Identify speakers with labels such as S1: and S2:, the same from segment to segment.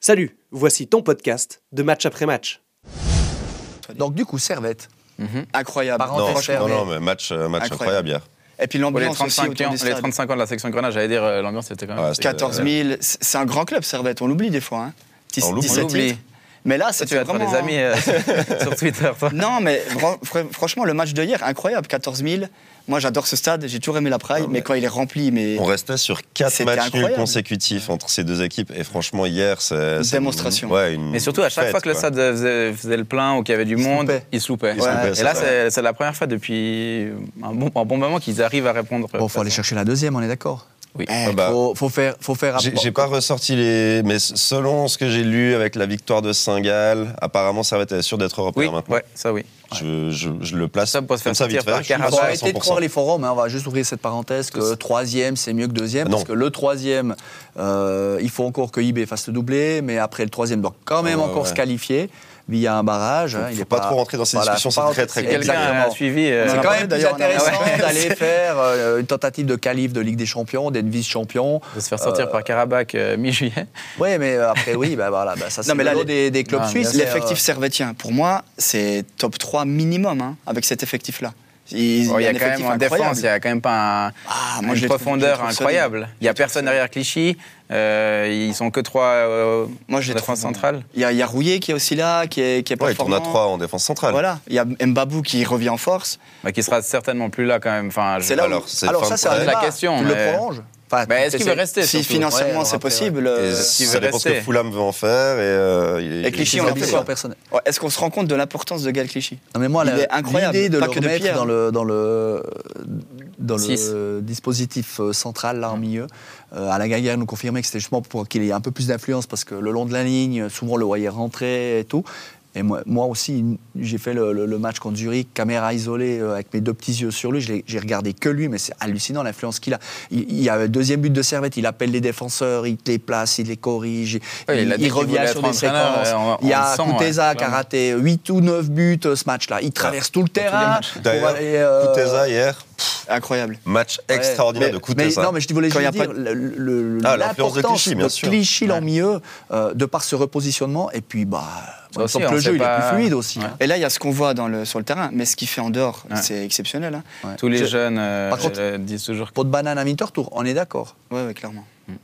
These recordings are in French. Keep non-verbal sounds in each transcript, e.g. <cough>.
S1: Salut, voici ton podcast de match après match.
S2: Donc du coup, Servette.
S3: Mhm.
S4: Incroyable.
S2: Par an.
S5: Non,
S2: Parenthèse
S5: non,
S2: fermée.
S5: non, mais match, euh, match
S4: Incroyable.
S5: incroyable hier.
S4: Et puis
S3: Pour les
S4: l'ambiance aussi
S3: 35,
S4: autour
S3: ans,
S4: du
S3: les
S4: stade.
S3: 35 ans de la section Grenade, j'allais dire euh, l'ambiance était quand même.
S5: Ouais,
S3: assez-
S5: c'était-
S4: 14 000, c'est c'est un grand club Servette, on l'oublie des fois. Hein. Petit-
S5: On l'oublie.
S3: On
S4: 17
S3: l'oublie.
S4: titres. Mais là,
S3: Ça,
S4: c'était
S3: tu vas te faire
S4: vraiment...
S3: des amis euh, <laughs> sur Twitter,
S5: <laughs>
S3: toi.
S4: Non, mais fran- fr- franchement, le match de hier, incroyable, 14 000. Moi, j'adore ce stade, j'ai toujours aimé la Praille,
S5: Non,
S4: mais
S5: mais-
S4: quand il est rempli, mais
S5: On restait sur quatre
S4: C'était
S5: matchs nuls
S4: incroyable.
S5: consécutifs entre ces deux équipes. Et franchement, hier, c'est.
S4: Une
S5: c'est
S4: démonstration.
S5: une- ouais, une
S3: Mais surtout, à chaque
S5: fête,
S3: fois que le
S5: quoi.
S3: stade faisait, faisait le plein ou qu'il y avait du
S2: se
S3: monde,
S2: loupait.
S3: ils se loupaient.
S5: Ils se loupaient,
S3: Et
S5: c'est
S3: là,
S5: vrai.
S3: c'est c'est la première fois depuis un bon, un bon moment qu'ils arrivent à répondre.
S2: Bon, faut aller chercher la deuxième, on est d'accord.
S3: Oui.
S2: Eh,
S5: Ah bah.
S2: faut, faut faire, faut faire.
S5: J'ai j'ai pas ressorti les. Mais s- selon ce que j'ai lu avec la victoire de Saint-Gall, apparemment, Servette est sûr d'être européen
S3: Oui,
S5: maintenant.
S3: ouais, ça oui.
S5: Je, je- je le place
S3: Ça, pour se faire
S5: comme ça vite
S3: sortir par
S5: fait. Je
S2: Il
S5: suis
S2: faut
S3: Carabao.
S5: pas sûr à
S2: arrêter de
S5: 100%.
S2: croire les forums, hein, on va juste ouvrir cette parenthèse que troisième c'est mieux que deuxième,
S5: Non.
S2: parce que le troisième, euh, il faut encore que IB fasse le doublé, mais après le troisième doit quand même
S5: Ouais,
S2: encore
S5: ouais.
S2: se qualifier via un barrage. hein,
S5: faut
S2: il est
S5: pas trop rentrer dans ces
S2: voilà,
S5: discussions,
S2: faut pas rentrer-
S5: c'est très, très
S2: c'est
S5: compliqué.
S3: Quelqu'un a
S2: exactement.
S3: suivi. euh,
S2: C'est
S4: On en
S2: quand
S4: a
S2: même
S4: parlé
S2: plus
S4: d'ailleurs, on en a
S2: intéressant
S3: parlé.
S2: d'aller faire euh, une tentative de qualif de Ligue des Champions, d'être vice-champion.
S3: de se faire sortir par Karabakh euh, mi-juillet.
S2: Oui, mais euh, après, oui, bah, voilà, bah, ça c'est
S4: Non, mais
S2: le
S4: là,
S2: lot
S4: les-
S2: des, des clubs
S3: Ah,
S2: suisses.
S4: l'effectif
S2: euh,
S4: servetien, pour moi, c'est top 3 minimum hein, avec cet effectif-là. Il,
S3: Bon, Oh, Il y a
S4: un
S3: quand même
S4: effectif
S3: en
S4: incroyable.
S3: défense, il y a quand même pas un,
S4: Ah, moi,
S3: une
S4: je les trouve-
S3: profondeur
S4: je les trouve
S3: incroyable.
S4: solides.
S3: Il y a personne derrière Clichy. euh, ils sont que trois euh,
S4: Moi, je les
S3: en défense
S4: trouve-
S3: centrale.
S4: Il y, a- il y a Rouillet qui est aussi là, qui est, qui est
S5: Ouais, il tourne à
S4: performant.
S5: 3 en défense centrale.
S4: Voilà, il y a Mbabou qui revient en force.
S3: Bah, qui sera certainement plus là quand même. Enfin, je-
S4: C'est là où-
S5: Alors, c'est
S2: Alors,
S5: fin
S2: ça,
S5: de
S2: c'est un
S5: projet.
S3: la
S2: débat.
S3: question,
S2: Tu
S3: mais-
S2: le prolonges Enfin,
S3: Bah, Est-ce qu'il
S2: t'essaies-
S3: veut rester
S4: Si
S3: surtout
S2: Ouais,
S4: financièrement
S2: alors
S4: c'est
S2: après,
S4: possible.
S5: Et
S4: euh,
S3: s'il
S5: ça
S3: veut
S5: dépend ce que
S3: rester.
S5: Fulham veut en faire. Et, euh, il-
S4: Et Clichy,
S5: il-
S4: on a
S5: il-
S4: fait
S2: ambitions
S4: quoi
S2: personnelles.
S4: Ouais, Est-ce qu'on se rend compte de l'importance de Gal Clichy
S2: Non mais moi,
S4: Il
S2: la-
S4: est incroyable,
S2: l'idée de
S4: pas
S2: le
S4: que de
S2: remettre
S4: Pierre.
S2: dans le dans le dans
S3: hein. Six.
S2: le dispositif euh, central là en milieu, euh, Alain Gaillard nous confirmait que c'était justement pour qu'il ait un peu plus d'influence parce que le long de la ligne, souvent le voyait rentrer et tout. Et moi, moi aussi, j'ai fait le, le- le match contre Zurich, caméra isolée, euh, avec mes deux petits yeux sur lui. Je l'ai- J'ai regardé que lui, mais c'est hallucinant l'influence qu'il a. Il, il y a le deuxième but de Servette, il appelle les défenseurs, il les place, il les corrige,
S3: Ouais,
S2: il,
S3: il a dit
S2: il
S3: qu'il voulait
S2: revient
S3: être
S2: sur des
S3: entraîneur,
S2: séquences.
S3: euh, on-
S2: il y a
S3: on le sent,
S2: Kuteza qui a
S3: ouais, clairement.
S2: raté 8 ou 9 buts euh, ce match-là. Il traverse tout le terrain. pour
S5: D'ailleurs,
S2: aller, euh,
S5: Kuteza hier,
S4: Incroyable.
S5: match
S2: ouais.
S5: extraordinaire
S2: Mais-
S5: de
S2: mais,
S5: Kuteza.
S2: Non, mais je voulais
S4: Quand
S2: juste
S4: il y a
S2: dire
S4: pas
S2: le- le- le-
S5: Ah, l'influence de
S2: l'importance
S5: Clichy, bien sûr.
S2: Clichy, l'en
S3: Ouais.
S2: mieux, euh, de par ce repositionnement, et puis bah, il me
S3: aussi,
S2: semble que
S3: on
S2: le
S3: sait
S2: jeu il est
S3: pas-
S2: plus fluide aussi.
S3: Ouais.
S2: hein.
S4: Et là, il y a ce qu'on voit dans le, sur le terrain, mais ce qu'il fait en dehors,
S3: Ouais.
S4: c'est exceptionnel. Hein.
S3: Tous les
S2: Je-
S3: jeunes euh,
S2: Par contre-
S3: euh, disent toujours.
S2: Pot de banane à mi-tour, on est d'accord.
S4: Ouais, ouais, clairement.
S2: Tu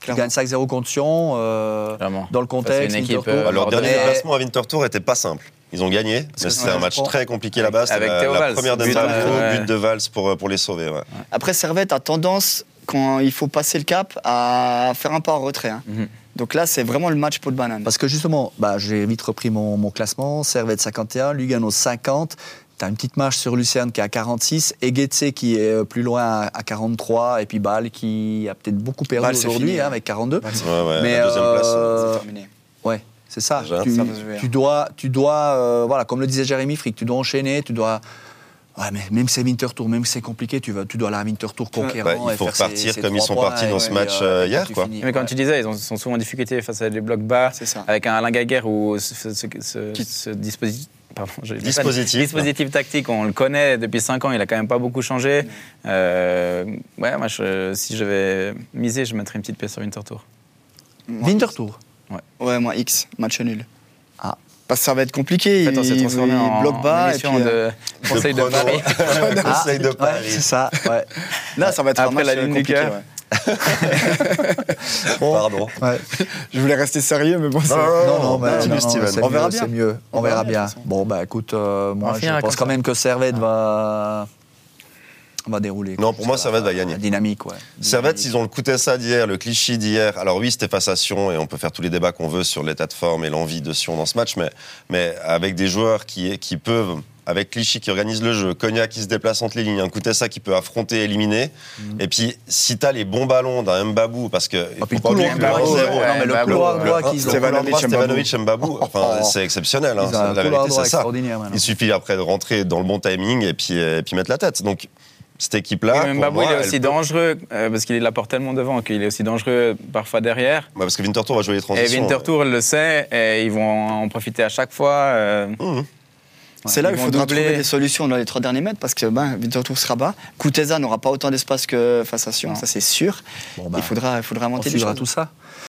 S4: Clairement.
S2: gagnes 5-0 contre Sion, euh,
S3: Clairement.
S2: dans le
S3: Face à une
S2: contexte.
S3: équipe,
S2: Winterthur.
S3: euh,
S5: Alors,
S3: Leur
S5: Bah, dernier
S2: donner-
S5: déplacement à Winterthur était pas simple. Ils ont gagné, mais c'était
S2: ouais,
S5: un
S2: je
S5: match
S2: crois.
S5: très compliqué là-bas. C'était
S3: avec
S5: la,
S3: Théo
S5: la
S3: Valls,
S5: première de
S3: but, euh,
S5: Marco,
S3: ouais.
S5: but de Valls pour, euh, pour les sauver. ouais.
S4: Après, Servette a tendance, quand il faut passer le cap, à faire un pas en retrait. hein.
S3: Mhm.
S4: Donc là, c'est vraiment le match peau de banane.
S2: Parce que justement, bah, j'ai vite repris mon, mon classement. Servette 51, Lugano 50. T'as une petite marche sur Lucerne qui est à 46, Egetse qui est euh, plus loin à, à 43, et puis Bâle qui a peut-être beaucoup perdu
S4: Bâle, c'est
S2: aujourd'hui
S4: fini,
S2: hein,
S4: hein.
S2: avec 42.
S5: Ouais, ouais,
S2: Mais,
S5: la deuxième
S2: euh,
S5: place.
S4: C'est
S2: euh,
S4: terminé.
S2: Ouais, c'est ça.
S5: Déjà,
S2: tu,
S4: ça va se jouer,
S2: tu
S4: hein.
S2: dois, tu dois euh, voilà, comme le disait Jérémy Frick, tu dois enchaîner, tu dois. Ouais, mais même si c'est Winter Tour, même si c'est compliqué, tu, vas, tu dois aller à Winter Tour conquérant.
S5: Bah, il
S2: et
S5: faut
S2: faire ces-
S5: repartir
S2: ces
S5: comme ils
S2: trois
S5: sont
S2: points,
S5: partis dans
S2: et-
S5: ce
S2: et,
S5: match,
S2: euh,
S5: euh, hier,
S2: tu
S5: quoi.
S2: finis,
S3: Mais quand
S2: ouais.
S3: tu disais, ils ont- sont souvent en difficulté face à des blocs bas,
S4: C'est ça.
S3: avec un Alain Gaguerre ou ce, dispositif. Pardon, je l'ai pas.
S5: Dispositif.
S3: dispositif tactique, on le connaît depuis 5 ans, il a quand même pas beaucoup changé.
S4: Mm.
S3: Euh, ouais, moi, je- si je vais miser, je mettrais une petite pièce sur Winterthur.
S4: Moi,
S2: Winter Tour.
S4: Ouais, moi, X, match nul.
S2: Ah.
S4: Parce que ça va être compliqué.
S3: En fait, on s'est
S4: il-
S3: transformé
S4: il
S3: en,
S4: bloque
S3: en
S4: bas. et
S3: émission
S4: puis, euh,
S2: <laughs>
S3: de <laughs> conseil de
S5: prono.
S3: Paris.
S5: <laughs> Conseil de
S2: Ah, ouais,
S5: Paris.
S2: c'est ça. Ouais.
S4: Là, ça va être un
S3: Après
S4: match
S3: la
S4: euh,
S3: ligne du
S4: compliqué.
S3: cœur.
S4: ouais.
S5: Pardon.
S2: ouais.
S4: Je voulais rester sérieux, mais bon, c'est-
S2: Non, non, mais
S5: mais
S2: non, non,
S5: Steven.
S2: c'est
S4: On verra
S2: mieux,
S4: bien.
S2: C'est mieux. On, verra bien. Bon, bah écoute, euh, moi,
S3: On
S2: je
S3: finira
S2: pense
S3: comme
S2: quand
S3: ça.
S2: même que Servette va, va dérouler.
S5: Non,
S2: quoi,
S5: pour moi,
S2: parce que
S5: Servette
S2: la-
S5: va gagner.
S2: la Dynamique, ouais.
S5: Servette, ils ont le coup Tessa d'hier, le cliché d'hier. Alors oui, c'était face à Sion et on peut faire tous les débats qu'on veut sur l'état de forme et l'envie de Sion dans ce match, mais, mais avec des joueurs qui, qui peuvent, avec Clichy qui organise le jeu, Cognac qui se déplace entre les lignes, un coup Tessa qui peut affronter, éliminer.
S3: Mhm.
S5: Et puis, si t'as les bons ballons d'un Mbabou, parce que...
S2: Ah, puis
S5: faut
S2: le
S5: pas oublier
S2: couloir
S5: que
S2: droit, ils-
S5: le hein. 1-0,
S2: non, mais le
S3: Mbabou,
S2: couloir
S3: le-
S2: droit qu'ils ont.
S5: le couloir droit,
S4: Stevanovic,
S5: Stevanovic Mbabou, enfin, c'est exceptionnel. hein.
S2: Ils ont un
S5: La
S2: couloir
S5: vérité,
S2: droit
S5: c'est ça.
S2: extraordinaire, maintenant.
S5: Il suffit après de rentrer dans le bon timing et puis, et puis mettre la tête. Donc, cette
S3: Oui,
S5: équipe-là.
S3: mais
S5: pour
S3: Mbabou,
S5: moi,
S3: il est
S5: elle
S3: aussi
S5: peut-
S3: dangereux, euh, parce qu'il l'apporte tellement devant qu'il est aussi dangereux parfois derrière.
S5: Ouais, Bah, parce que Winterthur va jouer les
S3: Et
S5: transitions.
S3: Winterthur le sait, et ils vont en profiter à chaque fois. euh,
S4: C'est là où
S3: Ils
S4: il
S3: vont
S4: faudra
S3: doubler.
S4: trouver des solutions dans les trois derniers mètres parce que ben, Winterthur sera bas. Kuteza n'aura pas autant d'espace que face à Sion,
S3: Non.
S4: ça c'est sûr.
S2: Bon, bah,
S4: il faudra, il faudra
S2: On
S4: monter des
S2: suivra
S4: choses.
S2: tout ça.